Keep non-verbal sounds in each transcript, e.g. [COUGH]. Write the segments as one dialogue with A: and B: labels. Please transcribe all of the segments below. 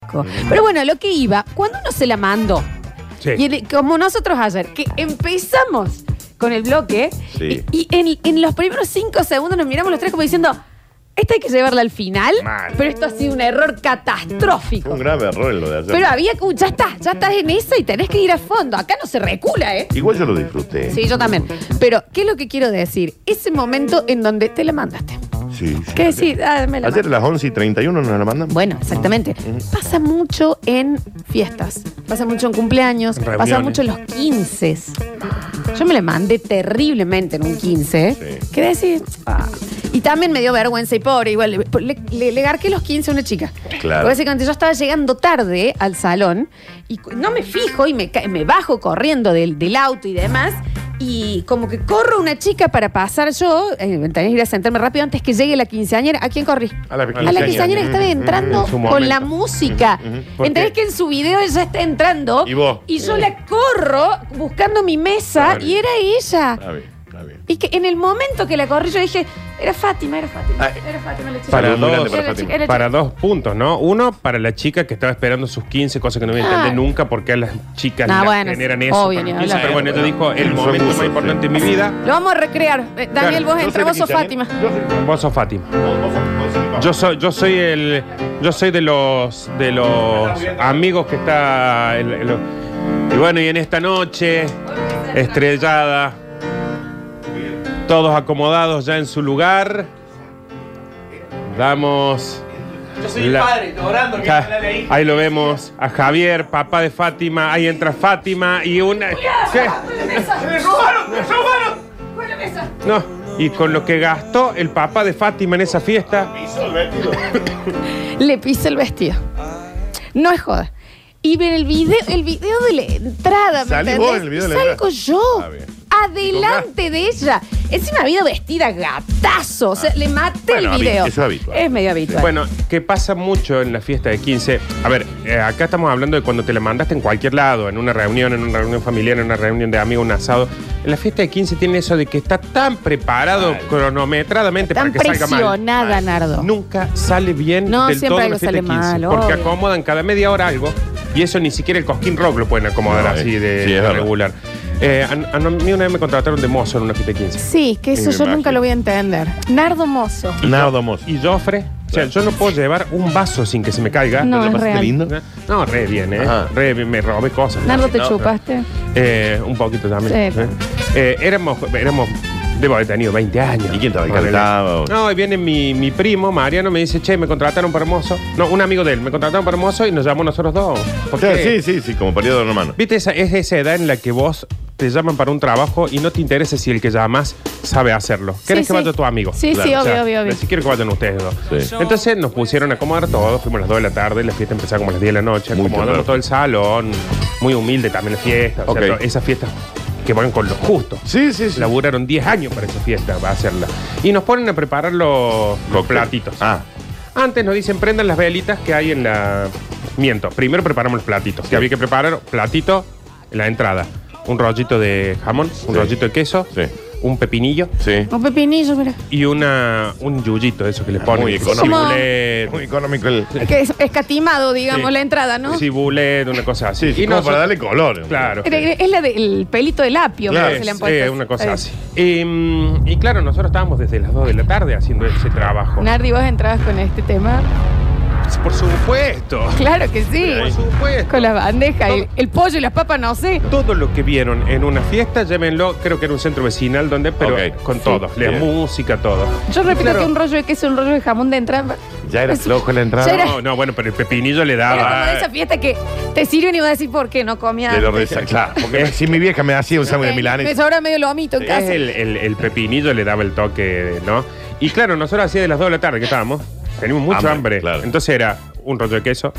A: asco. Pero bueno, lo que iba, cuando uno se la mandó,
B: Sí.
A: y el- como nosotros ayer, que empezamos con el bloque,
C: Sí.
A: y, y en, en los primeros cinco segundos nos miramos los tres como diciendo, esta hay que llevarla al final,
B: Mal.
A: pero esto ha sido un error catastrófico.
C: Fue un grave error en lo de ayer.
A: Pero había como, ya está, ya estás en esa y tenés que ir a fondo. Acá no se recula, ¿eh?
C: Igual yo lo disfruté.
A: Sí, yo también. Pero, ¿qué es lo que quiero decir? Ese momento en donde te la mandaste.
C: Sí, sí.
A: ¿Qué decir? Ah, me la
C: Ayer a
A: mando.
C: las 11 y 31 nos la mandan.
A: Bueno, exactamente. Pasa mucho en fiestas, pasa mucho en cumpleaños,
B: En reuniones.
A: pasa mucho en los 15. Yo me la mandé terriblemente en un 15. ¿eh?
C: Sí.
A: ¿Qué decir? Ah. Y también me dio vergüenza y pobre, igual. Le, le, le garqué los 15 a una chica.
C: Claro.
A: Porque básicamente yo estaba llegando tarde al salón y cu- no me fijo y me, ca- me bajo corriendo del, del auto y demás. Y como que corro una chica para pasar yo, eh, ¿entendés? ir a sentarme rápido antes que llegue la quinceañera. ¿A quién corrí?
C: A la
A: A la quinceañera que
C: quinceañera.
A: estaba entrando
B: en su momento.
A: con la música.
C: Ujú, ujú.
B: ¿Por
A: ¿Entendés
B: qué?
A: que en su video ella está entrando?
C: ¿Y vos?
A: yo la corro buscando mi mesa
C: Claro.
A: y era ella.
C: Está bien, está bien.
A: Y que en el momento que la corrí yo dije, era Fátima, era Fátima.
C: Ah,
A: Era Fátima la chica.
B: para
A: Era
B: dos.
A: chica, era
C: Para
A: chica,
C: Fátima.
A: era chica.
B: Para dos puntos, ¿no? Uno, para la chica que estaba esperando sus 15, cosa que no voy a entender
A: Ah.
B: nunca porque a las chicas
A: Ah,
B: las
A: bueno,
B: generan
A: sí,
B: eso.
A: obvio,
B: para
A: ni
B: los 15,
A: hablar.
B: pero bueno, ella dijo, el
C: Son
B: momento
C: gustos,
B: más importante
C: sí.
B: en mi vida,
A: Lo vamos a recrear. Eh, Daniel,
B: Claro,
A: vos entra, vos sos Fátima.
B: vos sos Fátima. Yo
C: Yo
B: soy, yo soy el. Yo soy de los de los amigos que está. el- el- y bueno, y en esta noche, estrellada, todos acomodados ya en su lugar, damos.
D: Yo soy el
B: La-
D: padre, orando que
C: Ah.
B: Ja-
D: no la leí.
B: ahí lo vemos, a Javier, papá de Fátima, ahí entra Fátima y una. ¿Qué?
D: ¡Me robaron! ¡Me robaron!
B: No. Y con lo que gastó el papá de Fátima en esa fiesta.
A: Le pisa el vestido. No es joda. Y ver el video, el video de la entrada, ¿me
C: Salí
A: entendés?
C: vos en el video de la
A: Salgo
C: entrada.
A: yo.
C: Ah, bien.
A: Adelante de ella. Encima había vestida gatazo. O sea, le maté
B: Bueno,
A: el
B: habi-
A: video.
C: eso es habitual.
A: Es medio habitual.
B: Bueno, que pasa mucho en la fiesta de 15. A ver, eh, acá estamos hablando de cuando te la mandaste en cualquier lado, en una reunión, en una reunión familiar, en una reunión de amigos, un asado. En la fiesta de 15 tiene eso de que está tan preparado cronometradamente
A: Tan
B: este para que salga mal.
A: presionada, Nardo.
B: Nunca sale bien
A: No,
B: del
A: siempre
B: todo en
A: algo
B: la fiesta
A: sale
B: de 15,
A: mal,
B: porque
A: obvio.
B: acomodan cada media hora algo y eso ni siquiera el cosquín rock lo pueden acomodar
C: No,
B: así
C: eh, sí,
B: de,
C: es
B: de
C: verdad.
B: regular. Eh, a, a mí una vez me contrataron de mozo en una fiesta de 15.
A: Sí, que eso
C: Sí, me
A: yo nunca
C: imagino.
A: lo voy a entender. Nardo Mozo.
C: Nardo Mozo.
B: Y Joffre, o sea, yo no puedo llevar un vaso sin que se me caiga.
A: No,
C: ¿Te
A: es
C: lo pasaste
A: real.
C: lindo?
B: No, re bien, ¿eh?
C: Ajá.
B: Re bien, me robé cosas.
A: Nardo, ¿te
B: No,
A: chupaste?
B: Eh, un poquito también.
A: Sí.
B: ¿eh? Eh, éramos, éramos, debo haber tenido 20 años.
C: ¿Y quién estaba? ¿El
B: Ponele.
C: cantaba o-
B: No, y viene mi, mi primo, Mariano, me dice, che, me contrataron para hermoso. No, un amigo de él, me contrataron para hermoso y nos llamó nosotros dos. ¿Por
C: Claro,
B: qué?
C: sí, sí, sí, como periodo romano.
B: Viste, esa, es esa edad en la que vos te llaman para un trabajo y no te interesa si el que llamas sabe hacerlo. ¿Querés
A: Sí,
B: que
A: sí.
B: vaya tu amigo?
A: Sí, sí,
B: O
A: obvio,
B: sea,
A: obvio, obvio.
B: Si quiero que vayan ustedes dos.
C: Sí.
B: Entonces nos pusieron a acomodar todos, fuimos a las 2 de la tarde, la fiesta empezaba como a las 10 de la noche,
C: Muy
B: acomodamos
C: temprano.
B: todo el salón, muy humilde también la fiesta, o sea,
C: Ok.
B: to- esas fiestas que van con los justos.
C: Sí, sí, sí.
B: Laburaron 10 años para esa fiesta, para hacerla. Y nos ponen a preparar los, los platitos.
C: Ah,
B: Antes nos dicen prendan las velitas que hay en la. Miento, primero preparamos los platitos. Que había que preparar platito, la entrada. Un rollito de jamón, un
C: Sí.
B: rollito de queso,
C: Sí.
B: un pepinillo
C: sí.
A: Un pepinillo, mira.
B: y una, un yuyito, eso que le
C: Ah,
B: ponen.
C: muy económico.
B: Cibulet,
C: Muy económico el.
A: Que es escatimado, digamos,
B: Sí.
A: la entrada, ¿no?
B: cibulet, una cosa así.
C: Sí, sí,
B: Y
C: como
B: nosotros-
C: para darle color.
B: Claro.
A: Es la del pelito del apio,
C: Claro,
A: creo que se le han
B: Es,
A: puesto.
B: eh, una cosa
A: Ahí.
B: así. Y, mm, y claro, nosotros estábamos desde las 2 de la tarde haciendo ese trabajo.
A: Nardi, vos entrabas con este tema.
B: Por supuesto.
A: Claro que sí.
B: Por supuesto.
A: Con las bandejas, el, el pollo y las papas, no sé.
B: Todo lo que vieron en una fiesta, llévenlo, creo que era un centro vecinal donde, pero
C: Ok.
B: con todo, la
C: Bien.
B: música, todo.
A: Yo repito
B: Claro.
A: que un rollo de queso, un rollo de jamón de entrada.
C: Ya era
A: Es-
C: flojo la
A: Ya
C: entrada.
A: era-
B: No, no, bueno, pero el pepinillo le
A: Era
B: daba.
A: como de esa fiesta que te sirven y vas a decir por qué no comía.
C: De lo reza, claro.
B: [LAUGHS]
C: Porque si mi vieja me hacía un sándwich de
A: Me
C: milanes.
A: sobra medio lomito en
B: Es
A: casa.
B: el, el- el pepinillo le daba el toque, ¿no? Y claro, nosotros hacía de las 2 de la tarde que estábamos, teníamos mucho hambre.
C: Hambre, claro.
B: Entonces era un rollo de queso,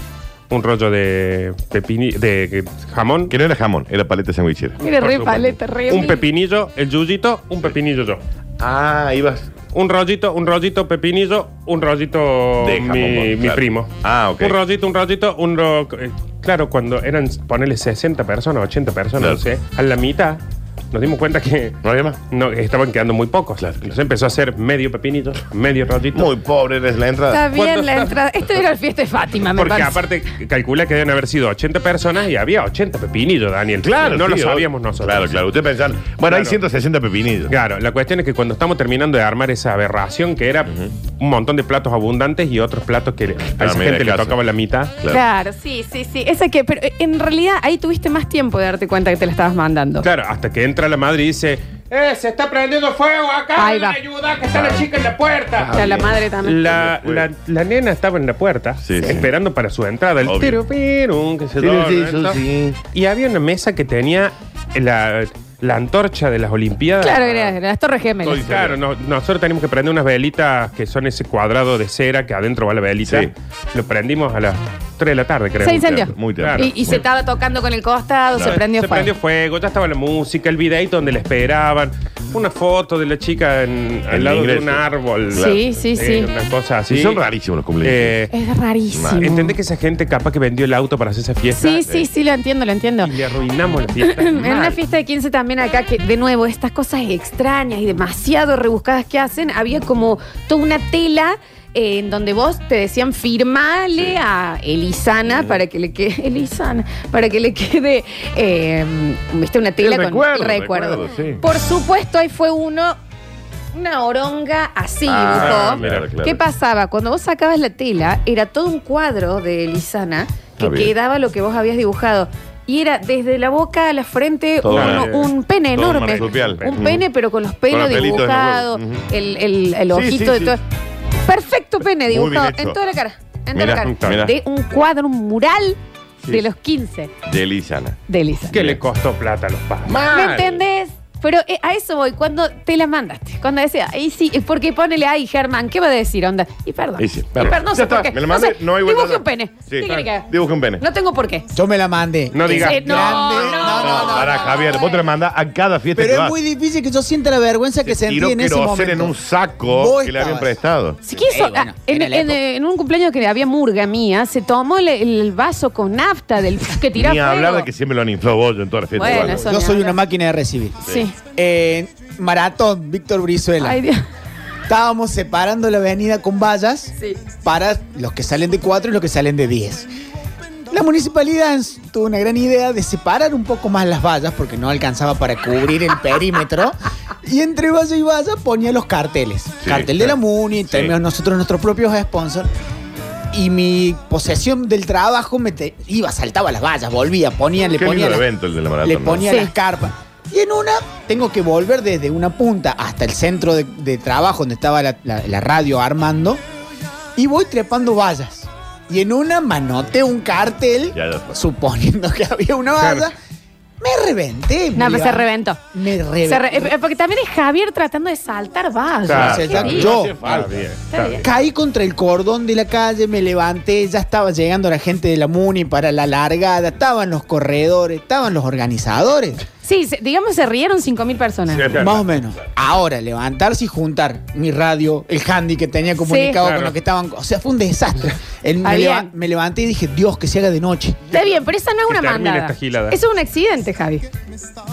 B: un rollo de pepini de jamón.
C: Que no era jamón, era paleta sandwichera.
A: Mire,
B: por
A: re
B: supuesto.
A: paleta, re.
B: Un pepinillo, el yuyito, un pepinillo yo.
C: Ah, ibas.
B: Un rollito, un rollito pepinillo, un rollito
C: De jamón,
B: mi, mi
C: claro.
B: primo.
C: Ah, ok.
B: Un rollito, un rollito, un ro- eh, Claro, cuando eran, ponele 60 personas, 80 personas,
C: Claro.
B: no sé, a la mitad nos dimos cuenta que
C: ¿No había más?
B: no, estaban quedando muy pocos.
C: Claro, claro.
B: Entonces empezó a hacer medio pepinito, medio rotito.
C: Muy pobre eres la
A: Está
C: entrada.
A: bien la
B: está?
A: entrada. Esto era la fiesta de Fátima, me
B: Porque
A: parece.
B: aparte calcula que deben haber sido 80 personas y había 80 pepinillos, Daniel. no lo
C: tío.
B: sabíamos nosotros.
C: Claro, claro. Usted pensaban, bueno, hay
B: Claro.
C: 160 pepinillos.
B: Claro, la cuestión es que cuando estamos terminando de armar esa aberración que era un montón de platos abundantes y otros platos que a esa
C: media
B: gente le
C: casa.
B: tocaba la mitad.
A: Claro. sí, sí, sí. Esa que, pero eh, en realidad ahí tuviste más tiempo de darte cuenta que te la estabas mandando.
B: Claro, hasta que entra la madre y dice, ¡Eh, se está prendiendo fuego acá!
A: Ahí va.
B: ¡Ayuda, que está
C: Ah.
B: la chica en la puerta!
A: O sea, la madre también.
B: La, la, la nena estaba en la puerta
C: Sí, sí.
B: esperando para su entrada. El
C: Obvio.
B: tiro, pero, que se
C: Sí,
B: dobla,
C: sí,
B: esto.
C: sí.
B: Y había una mesa que tenía la, la antorcha de las Olimpiadas.
A: Claro, gracias. Las Torres Gemelas.
B: Estoy- Claro, no- nosotros tenemos que prender unas velitas que son ese cuadrado de cera que adentro va la velita.
C: Sí.
B: Lo prendimos a las 3 de la tarde, creo.
A: Se incendió.
C: Muy tarde.
B: Claro.
A: Y, y se estaba tocando con el costado, se
C: Claro.
A: prendió
B: Se
A: fuego.
B: prendió fuego, ya estaba la música, el videito donde la esperaban, una foto de la chica en- al
C: En
B: lado de
C: inglés.
B: un árbol.
A: Claro. Sí, sí,
B: Eh,
A: sí.
B: Una cosa así.
C: Sí, son rarísimos los cumpleaños.
B: Eh,
A: Es rarísimo.
B: Entendés que esa gente capaz que vendió el auto para hacer esa fiesta.
C: Este
A: Sí,
C: eh,
A: sí, sí, lo entiendo, lo entiendo.
B: Y le arruinamos la fiesta.
A: [LAUGHS] En una
B: Mal.
A: fiesta de 15 también acá, que de nuevo, estas cosas extrañas y demasiado rebuscadas que hacen, había como toda una tela eh, en donde vos te decían firmale a Elisana para que le quede. [LAUGHS] Elisana, para que le quede. eh, ¿Viste? Una tela
C: El
A: con
C: recuerdo,
A: el recuerdo.
C: recuerdo, sí.
A: Por supuesto, ahí fue uno. Una oronga así,
C: Ah,
A: dibujó.
C: claro, claro.
A: ¿Qué pasaba? Cuando vos sacabas la tela, era todo un cuadro de Elisana que
C: Está bien.
A: quedaba lo que vos habías dibujado. Y era desde la boca a la frente
C: Todo
A: un,
C: mal.
A: un pene
C: Todo
A: enorme.
C: marsupial.
A: Un pene, pero con los
C: Con
A: pelos
C: los pelitos en los
A: dibujados,
C: huevos. Ujú.
A: el, el- el
C: Sí,
A: ojito
C: sí,
A: de
C: sí.
A: todo. Perfecto pene
C: Muy bien
A: dibujado
C: hecho.
A: en toda la cara. En toda
C: Mirá,
A: la cara.
C: mirá.
A: De un cuadro, un mural
C: Sí.
A: de los 15
C: De Elisana.
A: de Elisa.
B: Que le costó plata a los padres.
A: ¿Me entendés? Pero eh, a eso voy, cuando te la mandaste, cuando decía, ahí sí, eh, porque ponele ahí, Germán, ¿qué va a decir, onda? Y perdón.
C: Y sí,
A: Y
C: perdón.
A: perdón, no
C: Ya
A: sé
C: está,
A: por qué.
C: me la mandé,
A: no, sé,
C: no hay vuelta
A: dibuje un
C: atrás.
A: pene.
C: Sí.
A: ¿Qué quiere que haga?
C: Dibuje un pene.
A: No tengo por qué.
E: Yo me la mandé.
B: No digas.
A: Eh, no,
E: Grande,
A: no,
E: no,
A: no, no.
C: Para Javier, vos te la mandás a cada fiesta
E: Pero
C: que
E: es
C: vas.
E: muy difícil que yo sienta la vergüenza que
C: Se
E: sentí
C: tiró
E: en ese momento.
C: queroseno en un saco
E: Vos
C: que le habían
E: estabas.
C: prestado.
A: Si quiso,
E: Eh, bueno,
A: ah, en,
E: era la
A: en-
E: época.
A: en un cumpleaños que había murga mía, se tomó el, el vaso con nafta
C: [LAUGHS]
A: del que tiraba.
C: Ni hablar de que siempre lo han inflado vos en todas las fiestas.
A: Bueno,
C: que vas.
A: eso-
E: Yo soy una máquina de recibir.
A: Sí.
E: Eh, maratón, Víctor Brizuela.
A: Ay, Dios.
E: Estábamos separando la avenida con vallas
A: Sí.
E: para los que salen de 4 y los que salen de 10. La municipalidad ens- tuvo una gran idea de separar un poco más las vallas porque no alcanzaba para cubrir el perímetro. Y entre valla y valla ponía los carteles.
C: Sí,
E: Cartel de la
C: claro.
E: Muni, tenemos nosotros nuestros propios sponsors. Y mi posesión del trabajo me te- iba, saltaba las vallas, volvía, ponía, le
C: Qué
E: ponía.
C: lindo
E: las-
C: evento el de la maratón.
E: le
C: ¿no?
E: ponía
A: Sí.
E: las carpas. Y en una tengo que volver desde una punta hasta el centro de, de trabajo donde estaba la, la- la radio armando. Y voy trepando vallas. Y en una manote un cartel,
C: Ya, ya fue.
E: suponiendo que había una
B: Claro.
E: valla. Me reventé.
A: No, pero
E: Miriam.
A: se reventó.
E: Me reventé.
A: Se re- eh, porque también es Javier tratando de saltar vallas.
B: Claro,
A: Qué
E: claro.
A: bien.
E: Yo.
B: Está bien, está
A: eh,
B: bien.
E: Caí contra el cordón de la calle, me levanté, ya estaba llegando la gente de la Muni para la largada, estaban los corredores, estaban los organizadores.
A: Sí, se- digamos se rieron 5.000 personas.
B: Sí, claro.
E: Más o menos. Ahora, levantarse y juntar mi radio, el handy que tenía comunicado
B: Sí. Claro.
E: con lo que estaban. O sea, fue un desastre. El- me,
A: Había-
E: leva- me levanté y dije, Dios, que se haga de noche.
A: Está bien, pero esa no es
B: Que
A: una
B: termine
A: mandada.
B: esta gilada.
A: Eso es un accidente, Javi.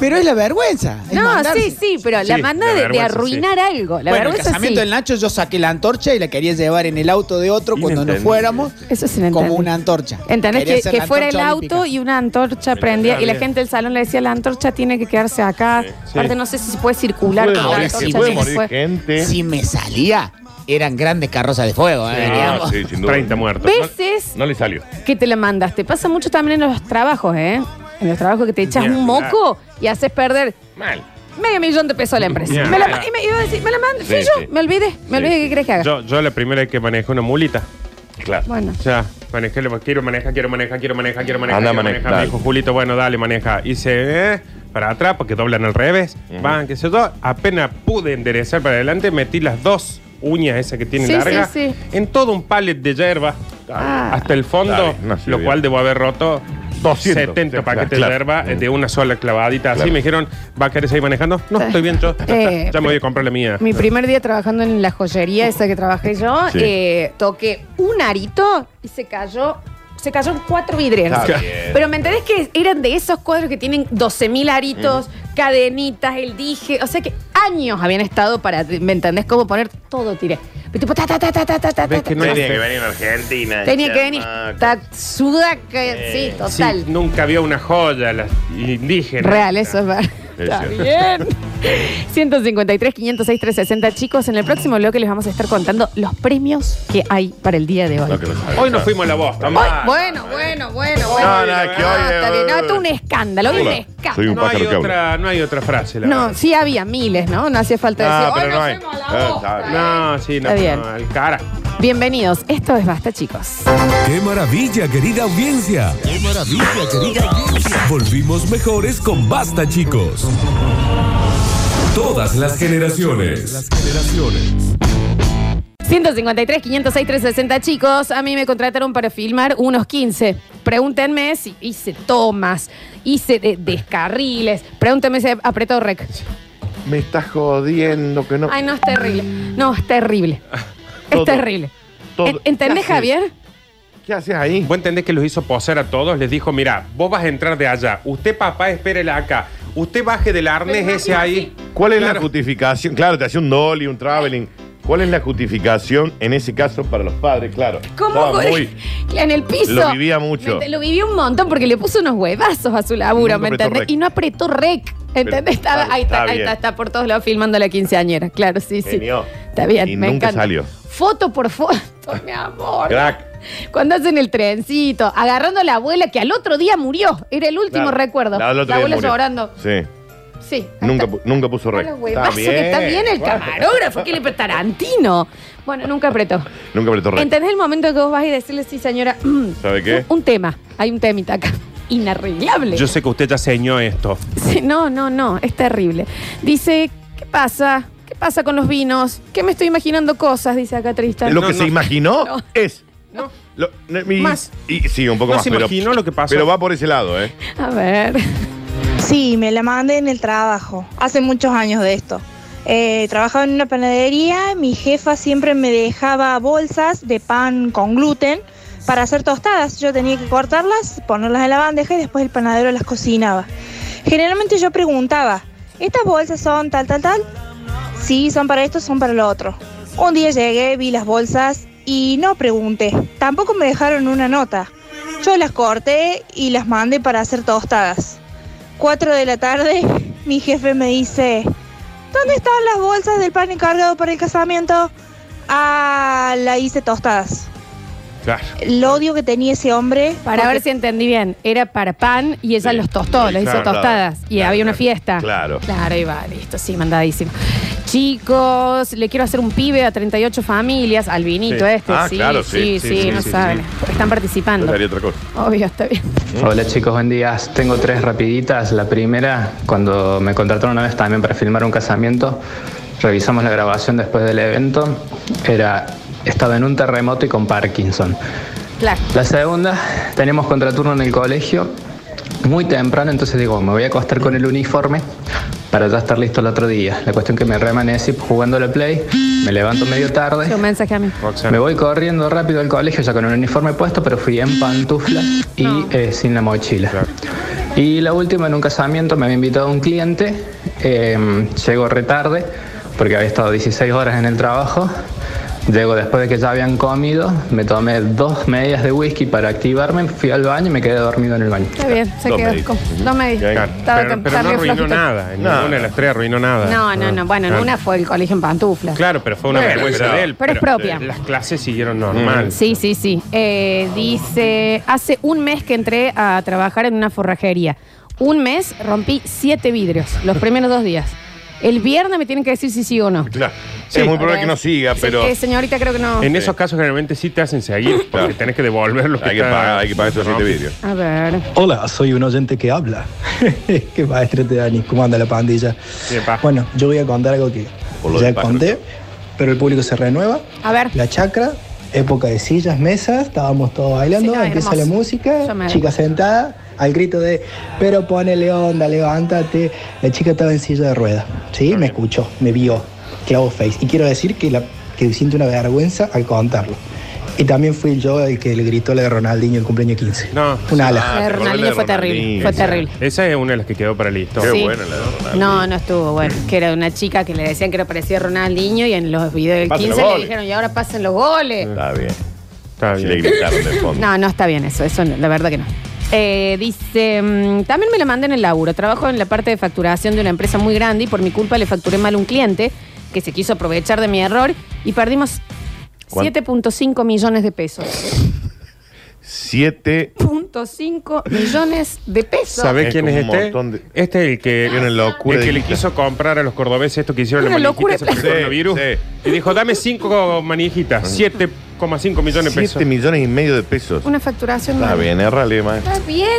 E: Pero es la vergüenza. es
A: No,
E: mandarse.
A: sí, sí, pero la
B: Sí,
A: mandada
B: la
A: de- de,
B: vergüenza,
A: arruinar algo. La
E: bueno, el
A: vergüenza
E: casamiento
A: sí.
E: del Nacho, yo saqué la antorcha y la quería llevar en el auto de otro cuando nos
B: Inentendible.
E: fuéramos.
A: Eso sí lo
E: Como
A: entendí.
E: una antorcha.
A: ¿Entendés?
E: Quería
A: Que,
E: ser
A: que
E: la
A: fuera el
E: antorcha
A: auto
E: olímpica.
A: y una antorcha prendía. Y la
B: bien.
A: gente del salón le decía, la antorcha tiene que quedarse acá. Aparte, no sé si se puede circular
C: Puede
A: con la
C: morir,
E: ahora
A: antorcha.
E: sí,
C: se puede
A: tiene que
C: morir
A: ser-
C: gente.
E: Si me salía, eran grandes carrozas de fuego. ¿eh?
C: Ah,
E: Veníamos.
C: sí, sin duda.
B: 30 muertos.
A: Veces
C: No le salió.
A: que te la mandaste. Pasa mucho también en los trabajos, ¿eh? En los trabajos que te echas
B: Ni
A: un
B: hablar.
A: moco y haces perder
C: Mal.
A: medio millón de pesos a la empresa.
B: Ni
A: Me la,
B: hablar.
A: y me iba a decir, me la mandé.
C: Sí,
A: Fui yo,
C: sí.
A: me olvidé. Me
C: Sí,
A: olvidé que crees que haga.
B: Yo, yo la primera vez que manejé una mulita.
C: Claro.
A: Bueno.
B: O sea, manejé, le- quiero manejar, quiero manejar, quiero manejar, quiero manejar.
C: Anda,
B: quiero
C: maneja,
B: Me
C: dale.
B: dijo Julito, bueno, dale, maneja. Hice eh, para atrás porque doblan al revés.
C: Ujú.
B: Van, qué sé yo. Apenas pude enderezar para adelante, metí las dos uñas esas que tienen
A: Sí,
B: largas
A: sí,
B: en todo un palet de hierba.
A: Ah.
B: Hasta el fondo,
C: Dale, no sirvió.
B: lo cual debo haber roto
C: 200.
B: 70
C: Sí,
B: paquetes
C: claro.
B: de hierba eh,
C: Mm.
B: de una sola clavadita. Así
C: Claro.
B: me dijeron, ¿va a querer seguir manejando? No, estoy bien yo.
A: Eh,
B: ya me voy a comprar la mía.
A: Mi primer día trabajando en la joyería esa que trabajé yo,
C: Sí.
A: eh, toqué un arito y se cayó. Se cayó en cuatro vidrieras.
C: Está bien.
A: Pero me entendés que eran de esos cuadros que tienen 12.000 aritos, cadenitas, el dije. O sea que años habían estado para, ¿me entendés? Cómo poner todo tiré. Pero tipo, ta, ta, ta, ta, ta, ta, ta,
B: Ves
A: ta,
B: que no
A: ta.
B: Tenía que
C: venir a Argentina.
A: Tenía que venir Tatsuda, que- sí,
B: Sí,
A: total.
B: nunca había una joya las indígenas.
A: Real, eso es verdad.
C: Es
A: Está
C: cierto.
A: bien. 153, 506, 360. Chicos, en el próximo bloque les vamos a estar contando los premios que hay para el día de hoy.
B: Hoy nos fuimos a la voz,
A: Hoy- bueno, bueno, bueno, bueno.
C: No, no, que hoy,
A: está bien.
C: eh,
A: No, esto es un escándalo, hoy es un
C: Hola, soy
A: escándalo.
C: un
B: No hay,
C: pájaro que habla.
B: otra, no hay otra frase, la
A: No,
B: verdad.
A: sí había miles, ¿no? No hacía falta
C: Ah,
A: decir. "Hoy
C: pero
A: nos
C: no hay.
A: fuimos a la
C: Ah,
A: bosta,
C: está
A: ¿eh?".
B: No, sí, no,
A: Está bien.
B: no, al cara.
A: Bienvenidos, esto es Basta, chicos.
F: ¡Qué maravilla, querida audiencia! ¡Qué maravilla, querida audiencia! Volvimos mejores con Basta, chicos. Todas las generaciones. Las generaciones.
A: 153, 506, 360, chicos. A mí me contrataron para filmar unos 15. Pregúntenme si hice tomas, hice de- descarriles. Pregúntenme si he apretado rec.
C: Me estás jodiendo que no.
A: Ay, no, es terrible. No, es terrible.
C: Todo,
A: es terrible.
C: todo.
A: En- ¿Entendés,
C: ¿Qué haces?
A: Javier?
C: ¿Qué haces ahí?
B: Vos entendés que los hizo posar a todos, les dijo, mira, vos vas a entrar de allá, usted papá, espérela acá, usted baje del arnés
A: Pero
B: ese ahí.
C: ¿Cuál es la
B: Claro.
C: justificación? Claro, te hacía un dolly, un traveling. ¿Cuál es la justificación en ese caso para los padres? Claro.
A: ¿Cómo?
C: Estaba muy-
A: [LAUGHS] En el piso.
C: Lo vivía mucho.
A: Me- lo vivía un montón porque le puso unos huevazos a su laburo,
C: Nunca
A: ¿me
C: apretó
A: entendés?
C: rec.
A: Y no apretó rec.
C: Pero
A: ¿Entendés? Estaba,
C: está-
A: ahí está,
C: está
A: ahí está,
C: bien.
A: está por todos lados filmando la quinceañera. Claro, sí, sí.
C: Genio.
A: Está bien,
C: Y
A: me
C: nunca
A: encanta.
C: salió.
A: Foto por foto, [LAUGHS] mi amor.
C: Crack.
A: Cuando hacen el trencito, agarrando a la abuela que al otro día murió. Era el [LAUGHS] último
C: Claro.
A: recuerdo.
C: La,
A: La,
C: del otro día
A: abuela
C: murió.
A: llorando.
C: Sí.
A: Sí. ahí
C: Nunca,
A: está.
C: pu- nunca puso rey.
A: Está los huevazos que está bien el camarógrafo, que le Tarantino. Bueno, nunca apretó.
C: Nunca apretó rey.
A: ¿Entendés el momento que vos vas a decirle, sí, señora? [CLEARS THROAT]
C: ¿Sabe qué?
A: Un, un tema. Hay un temita acá. [LAUGHS] Inarreglable.
B: Yo sé que usted ya señó esto.
A: Sí, no, no, no. Es terrible. Dice, ¿qué pasa? ¿Qué pasa con los vinos? ¿Qué me estoy imaginando cosas? Dice acá Tristan.
C: Lo
B: No,
C: que
B: no.
C: se imaginó
A: No.
C: es.
B: No.
C: Lo- no, y-
B: Más.
C: y- sí, un poco
B: No
C: más.
B: se
C: pero-
B: imaginó lo que pasó.
C: Pero va por ese lado, ¿eh?
A: A ver.
G: Sí, me la mandé en el trabajo. Hace muchos años de esto. Eh, trabajaba en una panadería. Mi jefa siempre me dejaba bolsas de pan con gluten para hacer tostadas. Yo tenía que cortarlas, ponerlas en la bandeja y después el panadero las cocinaba. Generalmente yo preguntaba, ¿estas bolsas son tal, tal, tal? Sí, son para esto, son para lo otro. Un día llegué, vi las bolsas y no pregunté. Tampoco me dejaron una nota. Yo las corté y las mandé para hacer tostadas. 4 de la tarde, [LAUGHS] mi jefe me dice, ¿dónde están las bolsas del pan encargado para el casamiento? Ah, la hice tostadas.
B: Claro.
G: El odio que tenía ese hombre.
A: Para
G: porque
A: ver si entendí bien. Era para pan y ella
C: Sí.
A: los tostó, los hizo
C: Claro,
A: tostadas.
C: claro.
A: Y había una
C: Claro,
A: fiesta.
C: Claro.
A: Claro, ahí va, listo, sí, mandadísimo. Chicos, le quiero hacer un pibe a 38 familias, al vinito
C: Sí.
A: este,
C: Ah,
A: sí,
C: claro,
A: sí, sí,
C: sí, sí, sí,
A: no
C: sí,
A: saben. Están
C: No
A: participando.
C: sería otra cosa.
A: Obvio, está bien.
H: Hola chicos, buen día. Tengo tres rapiditas. La primera, cuando me contrataron una vez también para filmar un casamiento, revisamos la grabación después del evento. Era, estaba en un terremoto y con Parkinson.
A: Claro.
H: La segunda, tenemos contraturno en el colegio muy temprano, entonces digo, me voy a acostar con el uniforme para ya estar listo el otro día. La cuestión que me remanecí jugando a la play, me levanto medio tarde.
A: Un mensaje a mí.
B: Roxana.
H: Me voy corriendo rápido al colegio ya con el uniforme puesto, pero fui en pantufla y
A: No.
H: eh, sin la mochila. Y la última, en un casamiento me había invitado un cliente, eh, llego retarde porque había estado 16 horas en el trabajo, llego después de que ya habían comido, me tomé dos medias de whisky para activarme, fui al baño y me quedé dormido en el baño.
A: Está bien, se
C: Dos
A: quedó.
C: medios.
A: con- Dos medios.
C: Bien.
B: Claro.
A: Estaba
B: Pero,
A: tan-
B: pero no
A: también
B: arruinó
A: flojito.
B: nada. En
C: Nada.
B: Ninguna de las tres arruinó nada.
A: No, no, no. Bueno, en
B: Claro.
A: una fue el colegio en pantufla.
B: Claro, pero fue una
A: Bueno,
B: vergüenza
C: pero-
B: de él. eh,
A: pero es propia.
B: Las clases siguieron normal.
C: Mm.
A: Sí, sí, sí. Eh, dice, hace un mes que entré a trabajar en una forrajería. Un mes rompí siete vidrios, los primeros dos días. El viernes me tienen que decir si sí o no.
C: Claro.
B: Sí.
C: es muy probable que no siga,
A: Sí,
C: pero.
A: eh, señorita, creo que no.
B: En esos casos generalmente sí te hacen seguir, porque
C: Claro.
B: tenés que devolver lo que
C: Hay que
B: está-
C: pagar, hay que pagar esos siete vídeos.
A: A ver.
I: Hola, soy un oyente que habla. [LAUGHS] Qué maestro te Dani, ¿cómo anda la pandilla?
B: Bien, pa.
I: Bueno, yo voy a contar algo que
C: Por lo
I: ya
C: del pájaro.
I: conté, pero el público se renueva.
A: A ver.
I: La chacra, época de sillas, mesas, estábamos todos bailando,
A: Sí, ay,
I: empieza
A: hermoso.
I: la
A: Yo me-
I: música, chica sentada, al grito de, pero ponele onda, levántate. La chica estaba en silla de ruedas, ¿sí? Me escuchó, me vio, clavo face. Y quiero decir que, la, que siento una vergüenza al contarlo. Y también fui yo el que le gritó la de Ronaldinho el cumpleaños 15.
B: No.
I: Una ala.
C: Ah,
A: La de
C: te acordás
A: Ronaldinho
C: la de
A: fue terrible.
C: Ronaldinho,
A: Fue
C: sí.
A: terrible.
B: Esa es una de las que quedó para listo.
C: Qué
A: Sí.
C: buena la de Ronaldinho.
A: No, no estuvo bueno. Que era una chica que le decían que era parecía a Ronaldinho y en los videos del
C: Pasen los
A: 15 le
C: goles.
A: dijeron, y ahora pasen los goles.
C: Está bien.
B: Está
C: Así le
B: bien.
C: gritaron de fondo.
A: No, no está bien eso, eso no, la verdad que no. Eh, dice, mm, también me la mandé en el laburo. Trabajo en la parte de facturación de una empresa muy grande y por mi culpa le facturé mal a un cliente que se quiso aprovechar de mi error y perdimos
C: ¿Cuán-
A: 7.5 millones de pesos.
C: 7
A: 7.5 millones de pesos.
B: ¿Sabés
C: Es
B: quién es
C: como un
B: este?
C: montón de-
B: Este es el que,
C: Una locura
B: el que
C: de
B: le
C: guita.
B: quiso comprar a los cordobeses esto que hicieron
A: Una
B: la
A: locura
B: manijita
A: de
B: sobre el coronavirus.
C: Sí,
B: Y dijo, dame cinco manijitas, 7,5 millones de pesos.
C: 7 millones y medio de pesos.
A: Una facturación
C: Está
A: mal.
C: bien, errale, más.
A: Está bien.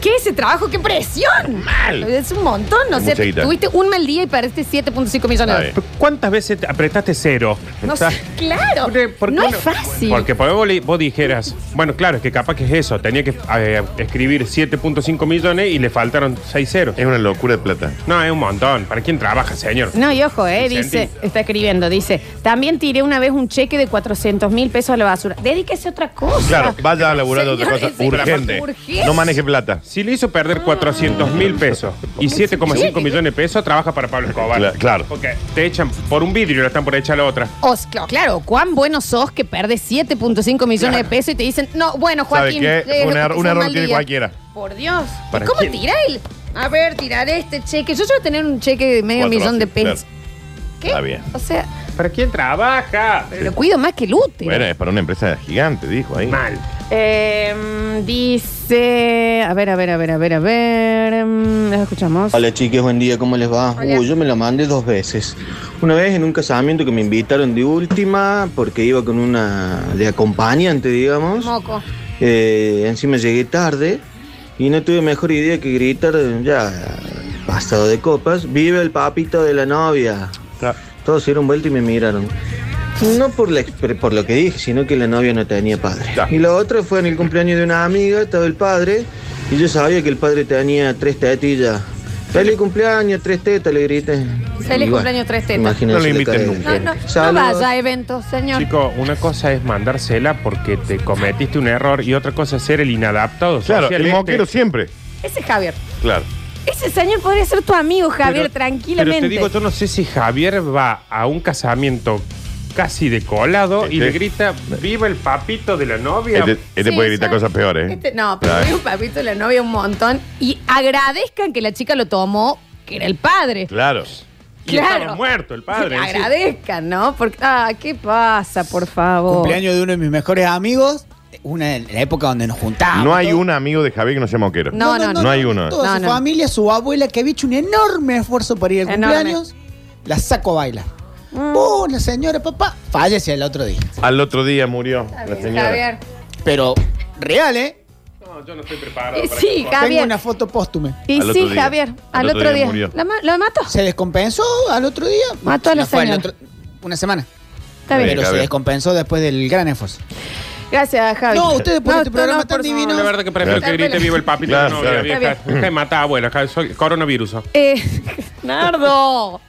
A: ¿Qué ese trabajo? ¡Qué presión!
C: Mm. Mal.
A: Es un montón. O
C: Es
A: sea,
C: mucha guita.
A: tuviste un mal día y perdiste 7.5 millones de
C: Está
A: pesos.
C: bien.
B: Pero ¿Cuántas veces te apretaste cero?
A: No
B: Está-
A: sé, claro.
B: Porque- porque-
A: no
B: bueno,
A: es fácil.
B: Porque por ahí vos, le- vos dijeras, bueno, claro, es que capaz que es eso. Tenía que eh, escribir 7.5 millones y le faltaron 6 ceros.
C: Es una locura de plata.
B: No, es un montón. ¿Para quién trabaja, señor?
A: No, y ojo, eh,
B: Sí,
A: dice,
B: sentí.
A: está escribiendo, dice, también tiré una vez un cheque de 400 mil pesos a la basura. Dedíquese a otra cosa.
C: Claro, vaya a laburar otra
A: Señor,
C: cosa
A: es
C: urgente.
A: urgente.
C: No maneje plata.
B: Si le hizo perder 400 mil pesos y 7,5 millones de pesos, trabaja para Pablo Escobar.
C: Cla- claro.
B: Porque te echan por un vidrio y lo están por echar a la otra.
A: O, cl- oh, claro, cuán bueno sos que perdes 7.5 millones de pesos y te dicen, no, bueno,
C: ¿Sabe
A: Joaquín.
C: qué?
A: eh,
C: Un error-
A: fue
C: un error
A: mal
C: tiene
A: día.
C: cualquiera.
A: Por Dios.
B: ¿Para
A: ¿Cómo
B: quién?
A: tirar el? A ver, tirar este cheque. Yo quiero tener un cheque de medio
C: Cuatro,
A: millón de
C: sí,
A: pesos. ¿Qué?
C: Está bien.
A: O sea,
B: ¿Para quién trabaja?
A: pero lo cuido más que el útero.
C: Bueno, es para una empresa gigante, dijo ahí.
B: Mal.
A: Eh, dice, a ver, a ver, a ver, a ver, a ver. mm, ¿Los escuchamos?
J: Hola chiques, buen día, ¿cómo les va?
A: Hola.
J: Uh, yo me la mandé dos veces. Una vez en un casamiento que me invitaron de última, porque iba con una de acompañante, digamos.
A: Moco.
J: Eh, encima llegué tarde y no tuve mejor idea que gritar, eh, ya, pasado de copas, vive el papito de la novia. Todos se dieron vuelta y me miraron. No por, la exp- por lo que dije, sino que la novia no tenía padre.
C: Ya.
J: Y la otra fue en el cumpleaños de una amiga, estaba el padre, y yo sabía que el padre tenía tres tetillas. Feliz cumpleaños, tres tetas, le grité.
A: Feliz
J: Y
A: cumpleaños, tres tetas.
J: imagínense
C: No lo
J: la
C: inviten
J: cara de-
C: nunca.
A: No, no, no
J: Saludos.
A: vaya a eventos, señor.
B: Chico, una cosa es mandársela porque te cometiste un error y otra cosa es ser el inadaptado.
C: Claro,
B: social
C: el
B: este.
C: moquero siempre.
A: Ese es Javier.
C: Claro.
A: Ese señor podría ser tu amigo, Javier,
B: Pero-
A: tranquilamente.
B: Pero te digo, yo no sé si Javier va a un casamiento casi de colado y
C: Este-
B: le grita, viva el papito de la novia.
C: Este, este
A: Sí,
C: puede gritar
A: ¿sabes?
C: cosas peores. ¿eh?
A: Este- no, pero
C: Claro.
A: hay un papito de la novia un montón. Y agradezcan que la chica lo tomó, que era el padre.
C: Claro.
B: y
A: claro.
B: estaba muerto el
A: [LAUGHS]
B: padre. sí.
A: agradezcan, ¿no? Porque, ah, ¿qué pasa, por favor?
E: Cumpleaños de uno de mis mejores amigos, una en la época donde nos juntábamos.
C: No hay
E: todo.
C: un amigo de Javier que no sea moquero.
A: Ah, No.
C: no hay uno.
E: Toda
A: No,
E: su
A: no.
E: familia, su abuela, que había hecho un enorme esfuerzo por ir al
A: Enorme. Mm.
E: cumpleaños, la saco a bailar. ¡Oh, la señora, papá! Fallece el otro día.
C: Al otro día murió la señora.
A: Javier.
E: Pero, real, ¿eh?
B: No, yo no estoy preparado.
A: Y
B: para
A: sí,
B: esas cosas.
A: Javier.
E: Tengo una foto póstume.
A: Y
C: Al
A: sí,
C: otro día.
A: Javier, al, otro, día.
C: murió.
A: ¿La ma- ¿Lo mató?
E: Se descompensó al otro día.
A: Mató a la
E: No fue al
A: señora.
E: otro- una semana.
A: Está bien.
E: Pero se
C: Javier.
E: descompensó después del gran esfuerzo.
A: Gracias, Javier.
E: No, ustedes por este
A: no,
E: programa
A: no,
E: tan
A: por favor.
E: divino.
B: La verdad que prefiero que
A: Claro.
B: grite viva el papito de la
C: Claro,
B: novia,
C: claro.
B: vieja.
A: Está
B: Deja de matar, abuela. acá soy- Coronavirus.
A: Eh, [LAUGHS] Nardo.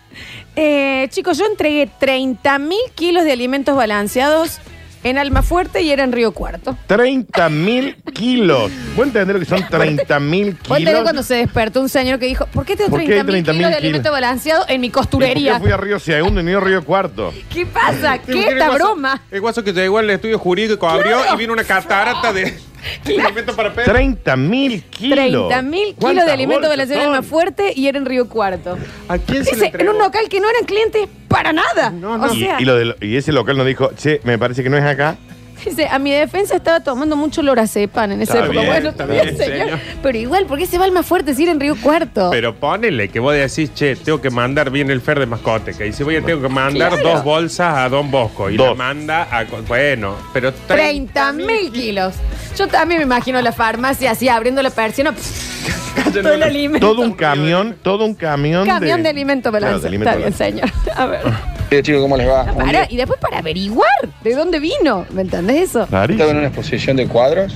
A: Eh, chicos, yo entregué 30 mil kilos de alimentos balanceados en Almafuerte y era en Río Cuarto.
C: 30 mil kilos. ¿Vos entendés lo que son 30 mil
A: Vos entendés
C: kilos?
A: cuando se despertó un señor que dijo, ¿por qué tengo
C: ¿Por qué hay
A: 30 mil
C: 30.000
A: kilos de
C: kilos?
A: alimentos balanceados en mi
C: ¿Y por
A: costurería?
C: qué fui a Río Segundo y no a Río Cuarto?
A: ¿Qué
C: [LAUGHS]
A: pasa?
B: Sí,
A: ¿Qué
B: porque
A: esta
B: el guaso-
A: broma? [LAUGHS]
B: El guaso que llegó al estudio jurídico abrió y vino una catarata
A: [LAUGHS]
B: de de alimentos para perros.
C: 30 mil kilos.
A: 30 mil kilos
C: ¿Cuántas
A: de alimentos
C: bolsas
A: balanceados en
C: son?
A: Almafuerte y era en Río Cuarto.
B: ¿A quién se
A: Dice,
B: le
A: en
B: entregó?
A: un local que no eran clientes para nada.
B: No, no.
A: O
C: Y-
A: sea,
C: y, lo del- y ese local nos dijo, che, me parece que no
A: [LAUGHS]
C: es acá.
A: Dice, a mi defensa estaba tomando mucho lorazepam en esa
C: Está
A: época.
C: bien,
A: bueno,
C: está
A: también,
B: bien,
A: señor.
B: señor.
A: Pero igual, ¿por qué se va al más fuerte si era en Río Cuarto?
B: Pero ponele que vos decís, che, tengo que mandar bien el fer de mascote. Que dice, voy a tengo que mandar
A: Claro.
B: dos bolsas a Don Bosco. Y
C: Dos.
B: la manda a. Bueno, pero
A: 30 mil kilos. Yo también me imagino la farmacia así abriendo la persiana. pff, todo el alimento.
C: Todo un camión, todo un camión.
A: Camión de alimento
C: Claro,
A: balanceado.
C: de alimento Ah,
A: Está bien,
C: balanceado.
A: señor. [LAUGHS] A ver.
J: Eh, chicos, ¿cómo les va?
A: No,
J: Buen
A: para.
J: día.
A: Y después para averiguar de dónde vino. ¿Me entendés eso?
J: Estaba en
C: Clarísimo.
J: una exposición de cuadros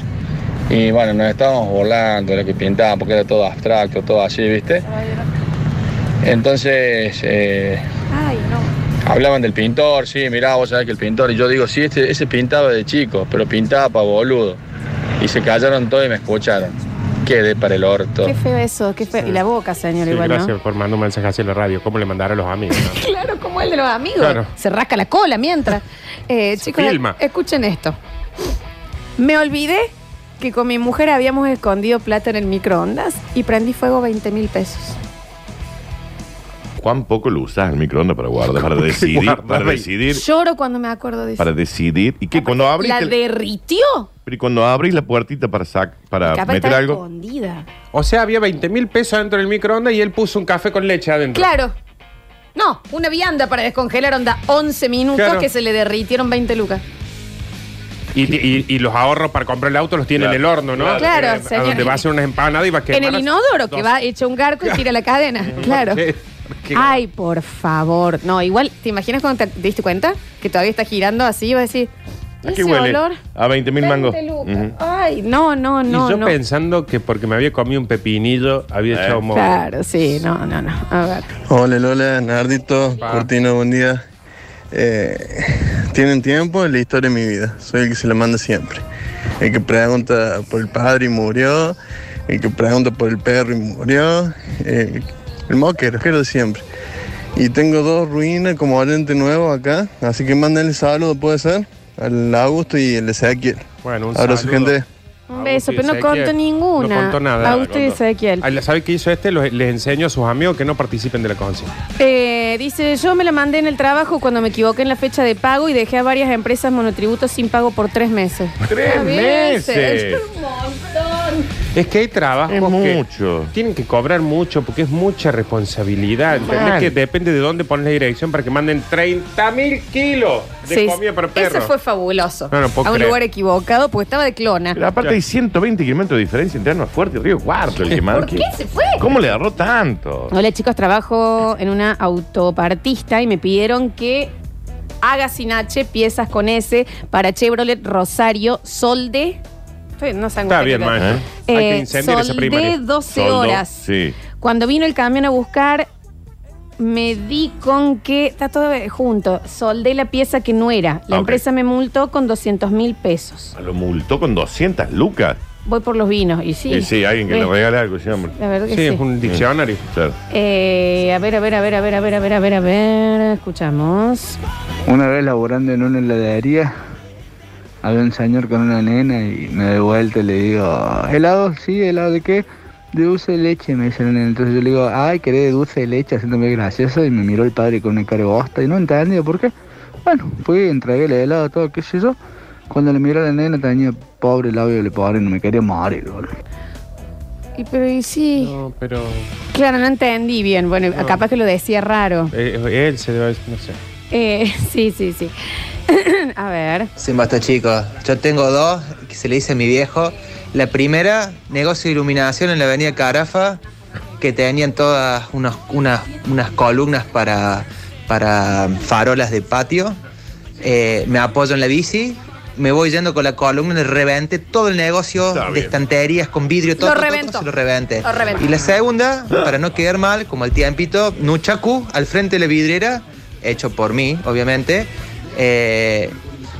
J: y bueno, nos estábamos volando de lo que pintaban porque era todo abstracto, todo así, ¿viste? Entonces, eh,
A: Ay, no.
K: Hablaban del pintor, sí, mirá, vos sabés que el pintor. Y yo digo, sí, este, ese pintaba de chico, pero pintaba para boludo. Y se callaron todos y me escucharon. Quedé para el orto.
A: Qué feo eso, qué feo. Y la boca, señor,
B: Sí,
A: igual, ¿no?
B: gracias por mandar un mensaje hacia la radio. ¿Cómo le mandará a los amigos?
A: [LAUGHS]
B: no?
A: Claro, como el de los amigos.
B: Claro.
A: Se rasca la cola
C: [LAUGHS]
A: mientras. Eh, chicos,
B: filma.
A: escuchen esto. Me olvidé que con mi mujer habíamos escondido plata en el microondas y prendí fuego 20 mil pesos.
C: ¿Cuán poco lo usas el microondas
A: [LAUGHS]
C: para guardar, para decidir,
B: guardar?
C: para decidir,
A: Lloro cuando me acuerdo de eso.
C: para decidir? ¿Y qué? Cuando abrís,
A: ¿La
C: el-
A: derritió?
C: pero ¿y cuando abrís la puertita para, sac- para
A: Capaz
C: meter
A: estaba
C: algo,
A: escondida.
B: [LAUGHS] O sea, había 20 mil pesos dentro del microondas y él puso un café con leche adentro.
A: Claro. No, una vianda para descongelar onda 11 minutos
B: Claro.
A: que se le derritieron 20 lucas.
B: Y, y- y los ahorros para comprar el auto los tiene
C: Claro.
B: en el horno, ¿no?
A: Claro,
B: Eh, A
A: señor.
B: donde va a hacer unas empanadas y va a quemar.
A: en el inodoro, que va hecho un garco y tira la
C: [LAUGHS]
A: cadena. claro. [LAUGHS]
B: Sí, qué-
A: Ay, por favor. No, igual, ¿te imaginas cuando te diste cuenta? Que todavía está girando así y vas a decir,
C: ¿a
A: ese
C: qué huele?
A: olor.
C: A 20 mil mangos.
A: 20 lucas.
C: Ujú.
A: Ay, no, no,
B: Y
A: no.
B: yo
A: no.
B: pensando que porque me había comido un pepinillo, había
C: Eh.
B: echado un
A: Claro, sí, no, no, no. A ver.
L: Hola Lola, Nardito,
B: Pa.
L: Cortino, buen día. Eh, Tienen tiempo en la historia de mi vida. Soy el que se la manda siempre. El que pregunta por el padre y murió. El que pregunta por el perro y murió. El, el moquero, que era de siempre. Y tengo dos ruinas como oyente nuevo acá. Así que mándenle saludos, puede ser. Al Augusto y el Ezequiel.
B: Bueno, un
L: Abrazo,
B: saludo.
L: gente.
A: Un beso,
B: Agustín
A: pero no
B: Ezequiel.
A: contó ninguna.
B: No contó nada.
A: A usted
B: Contó.
A: Ezequiel.
B: Ay, ¿Sabe qué hizo este? Los- les enseño a sus amigos que no participen de la consigna.
A: Eh, dice, yo me la mandé en el trabajo cuando me equivoqué en la fecha de pago y dejé a varias empresas monotributos sin pago por tres meses.
C: ¡Tres
A: Está bien,
C: meses!
A: es un montón.
B: Es que hay trabajos
C: Es
B: que
C: mucho.
B: tienen que cobrar mucho porque es mucha responsabilidad. ¿entendés?
C: Mal.
B: que depende de dónde pones la dirección para que manden 30 mil kilos de
A: Sí,
B: comida para perros.
A: Eso fue fabuloso.
B: No, no puedo
A: a un
B: creer.
A: lugar equivocado porque estaba de clona.
C: Pero aparte hay 120 kilómetros de diferencia entre Armas Fuerte y Río Cuarto. El que
A: ¿Por
C: manda.
A: qué se fue?
C: ¿Cómo le agarró tanto?
A: Hola chicos, trabajo en una autopartista y me pidieron que haga sin H piezas con S para Chevrolet Rosario Solde. Estoy- No sé
B: Está bien, maestro.
A: Eh,
B: Hay que incendiar esa
A: soldé
B: primaria.
A: 12
C: Soldó,
A: horas.
C: Sí.
A: Cuando vino el camión a buscar, me di con que. Está todo junto. Soldé la pieza que no era. La
B: Ah,
C: Ok.
A: empresa me multó con 200 mil pesos.
C: Ah, Lo multó con 200 lucas.
A: Voy por los vinos. Y sí.
C: Sí, sí, alguien que
A: Sí.
C: le regale algo, sí, hombre.
A: La verdad que
B: Sí,
A: sí.
B: es un diccionario.
C: Claro.
A: Eh, a ver, a ver, a ver, a ver, a ver, a ver, a ver, a ver. Escuchamos.
L: Una vez laborando en una heladería, había un señor con una nena y me de vuelta le digo, helado, sí, helado de qué? De dulce de leche, me dice la nena. Entonces yo le digo, ay, querés de dulce de leche, haciéndome gracioso. Y me miró el padre con una cara de bosta y no entendía por qué. Bueno, fui, entregué el helado, todo, qué sé yo. Cuando le miró a la nena tenía pobre labio le pobre, no me quería morir, boludo.
A: Y, pero y sí.
B: No, pero
A: Claro, no entendí bien. Bueno, capaz que lo decía raro.
B: eh, él se debe, no sé.
A: Eh, [LAUGHS] sí, sí, sí. [COUGHS] a ver.
M: Sí, basta chicos. Yo tengo dos que se le hice a mi viejo. La primera, negocio de iluminación en la avenida Carafa, que tenían todas unos- unas, unas columnas para, para farolas de patio. Eh, me apoyo en la bici, me voy yendo con la columna, le reventé todo el negocio
C: Está
M: de
C: bien.
M: estanterías con vidrio, todo,
A: Lo
M: todo, todo,
A: reventó.
M: se lo reventé.
A: Lo reventó.
M: Y la segunda, para no quedar mal, como el tiempito, Nuchaku, al frente de la vidriera, hecho por mí, obviamente. eh,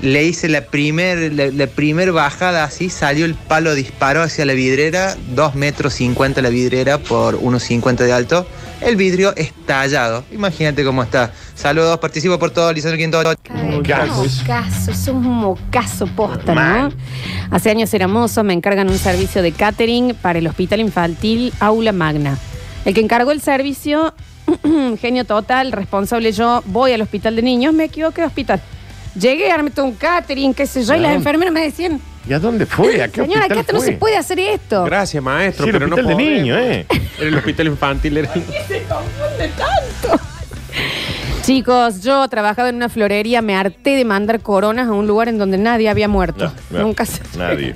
M: le hice la primer, la, la primer bajada así, salió el palo, disparó hacia la vidriera, 2 metros 50 la vidriera por 1,50 de alto. El vidrio estallado. Imagínate cómo está. Saludos, participo por todo, Lisandro Quinto.
C: Mocaso.
A: Es un mocaso, es un mocaso posta, ¿no?
C: Mal.
A: Hace años era mozo, me encargan un servicio de catering para el Hospital Infantil Aula Magna. El que encargó el servicio, [CLEARS THROAT] genio total, responsable yo, voy al hospital de niños, me equivoqué de hospital. Llegué, armé todo un catering, qué sé yo, y las
C: Claro.
A: enfermeras me decían,
C: ¿Y a dónde fue? ¿A qué
A: señora,
C: hospital
A: acá no
C: fue?
A: se puede hacer esto.
B: Gracias, maestro,
C: Sí, el
B: pero no
C: hospital de
B: podemos.
C: niño, ¿eh?
B: Era el hospital infantil. eh. [LAUGHS] Era...
A: Chicos, yo trabajaba en una florería, me harté de mandar coronas a un lugar en donde nadie había muerto.
C: No, no.
A: Nunca se...
C: Nadie.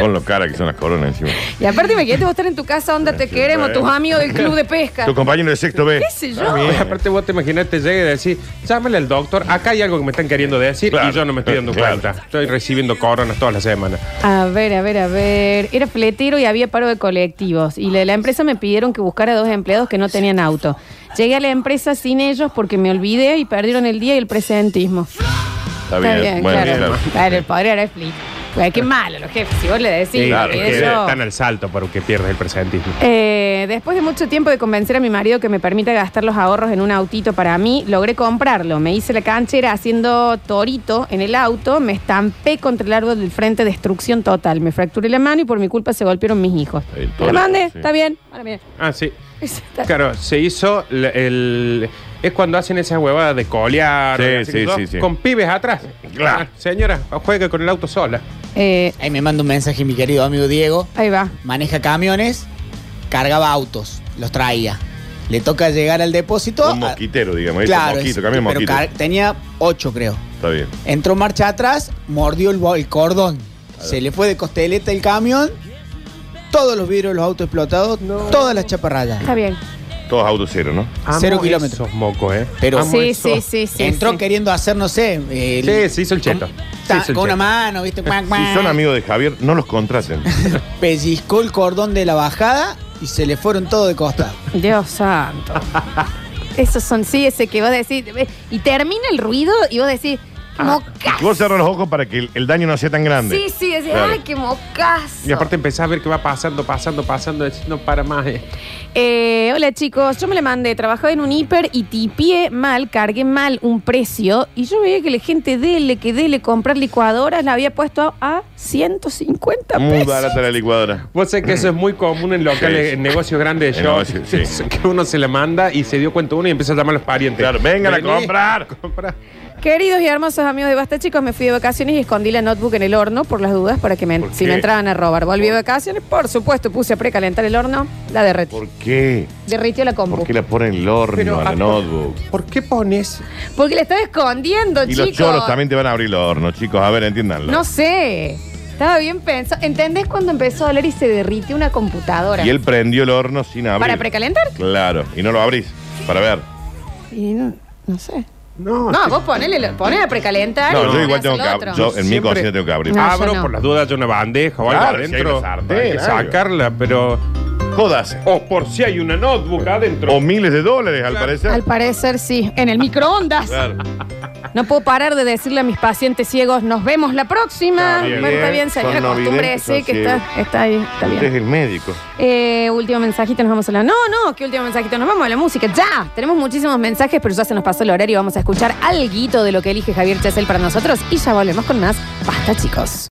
C: Con lo cara que son las coronas encima.
A: Y aparte imagínate vos estar en tu casa, onda, te queremos, tus amigos del club de pesca.
C: Tu compañero de sexto B.
A: ¿Qué sé yo?
B: Bien. Aparte, vos te imaginas, te llega y decís, llámale al doctor, acá hay algo que me están queriendo decir
C: Claro.
B: y yo no me estoy dando
C: Claro.
B: cuenta. Estoy recibiendo coronas todas las semanas.
A: A ver, a ver, a ver. Era fletero y había paro de colectivos. Y la, la empresa me pidieron que buscara dos empleados que no tenían auto. Llegué a la empresa sin ellos porque me olvidé y perdieron el día y el presentismo.
C: Está bien, bueno,
A: claro.
C: claro.
A: Claro, el pobre ahora explica. Güey, Pues, Qué malo los jefes, si vos le decís.
B: Sí, claro,
A: "Me
B: porque
A: olvidé yo".
B: están al salto porque pierdes el presentismo.
A: Eh, después de mucho tiempo de convencer a mi marido que me permita gastar los ahorros en un autito para mí, logré comprarlo. Me hice la canchera haciendo torito en el auto, me estampé contra el árbol del frente, destrucción total. Me fracturé la mano y por mi culpa se golpearon mis hijos. ¿Me
B: toro,
A: la mandé?
B: sí.
A: ¿Está bien? Ahora mira. [LAUGHS]
B: Ah, sí. Claro, se hizo el, el- es cuando hacen esas huevadas de colear,
C: Sí,
B: así que
C: sí,
B: todo,
C: sí, sí.
B: con pibes atrás.
C: Claro.
B: Ah, Señora, juegue con el auto sola.
A: Eh,
E: Ahí me manda un mensaje mi querido amigo Diego.
A: Ahí va.
E: Maneja camiones, cargaba autos, los traía. Le toca llegar al depósito.
C: Un mosquitero, digamos. ahí está,
E: Claro,
C: mosquito,
E: es-
C: cambia de
E: pero
C: mosquito.
E: car- tenía ocho, creo.
C: Está bien.
E: Entró marcha atrás, mordió el, bo- el cordón. Se le fue de costeleta el camión, todos los vidrios de los autos explotados, todas las chaparrayas.
A: Está bien.
C: Todos autos cero, ¿no?
E: Cero kilómetros.
B: Esos mocos, ¿eh?
E: Pero
B: Amo eso.
E: entró queriendo hacer, no sé, el-
B: Sí, se hizo el cheto.
E: ta-
B: Se hizo el
E: con una
B: cheto.
E: mano, ¿viste? Cuac, cuac.
C: Si son amigos de Javier, no los contraten.
E: Pellizcó el cordón de la bajada y se le fueron todos de costa.
A: Dios
B: [LAUGHS]
A: santo. Esos son sí, ese que vos decís. eh, Y termina el ruido y vos decís,
B: Ah,
A: mocas.
C: Y vos cerrás los ojos para que el, el daño no sea tan grande.
A: Sí, sí, decís,
C: Claro.
A: ay, qué mocas.
B: Y aparte empezás a ver que va pasando, pasando, pasando, decís, no para más. eh.
A: Eh, hola chicos, yo me la mandé, trabajaba en un hiper y tipié mal, cargué mal un precio y yo veía que la gente dele, que dele comprar licuadoras, la había puesto a 150
C: Muy
A: pesos.
C: barata la licuadora.
B: Vos sabés que eso es muy común en locales,
C: Sí.
B: en negocios grandes de
C: En
B: show. [LAUGHS]
C: negocios, sí.
B: que uno se la manda y se dio cuenta uno y empieza a llamar a los parientes.
C: Claro, vengan a
B: Vení.
C: comprar.
A: Queridos y hermosos amigos de Basta Chicos, me fui de vacaciones y escondí la notebook en el horno por las dudas para que me, si
C: qué?
A: me entraban a robar. Volví de vacaciones, por supuesto, puse a precalentar el horno, la derretí.
C: ¿Por qué?
A: Derritió la compu.
C: ¿Por qué la ponen en el horno
B: Pero,
C: a la
B: ah,
C: notebook?
B: ¿Por qué pones?
A: Porque la estaba escondiendo,
C: Y
A: chicos.
C: los choros también te van a abrir el horno, chicos. A ver, entiéndanlo.
A: No sé. Estaba bien pensado. ¿Entendés cuando empezó a hablar y se derritió una computadora?
C: Y él prendió el horno sin abrir.
A: ¿Para precalentar?
C: Claro, y no lo abrís para ver.
A: Y no, no sé.
B: No,
A: No, vos ponele, ponele a precalentar.
C: No,
A: y
C: yo
A: ponés
C: igual tengo
A: al
C: que ab-
A: otro.
C: yo en mi
B: Siempre
C: cocina tengo que abrir.
A: No, yo
B: Abro
A: no.
B: por las dudas de una bandeja o
C: Claro,
B: algo
C: si hay una
B: adentro.
C: sartén,
B: hay que
C: algo.
B: sacarla, pero.
C: Jodas.
B: O por si hay una notebook adentro.
C: O miles de dólares, al parecer.
A: Al parecer sí. En el
C: [LAUGHS]
A: microondas.
C: Claro.
A: No puedo parar de decirle a mis pacientes ciegos, nos vemos la próxima.
C: Está bien.
A: Bueno, está bien,
C: Son
A: señora,
C: no
A: acostúmbrese
C: videntes,
A: que
C: son
A: está, está ahí, está
C: Usted es
A: bien.
C: el médico.
A: Eh, último mensajito, nos vamos a la. No, no, ¿qué último mensajito? Nos vamos a la música. ¡Ya! Tenemos muchísimos mensajes, pero ya se nos pasó el horario. Vamos a escuchar alguito de lo que elige Javier Chesel para nosotros y ya volvemos con más. Basta, chicos.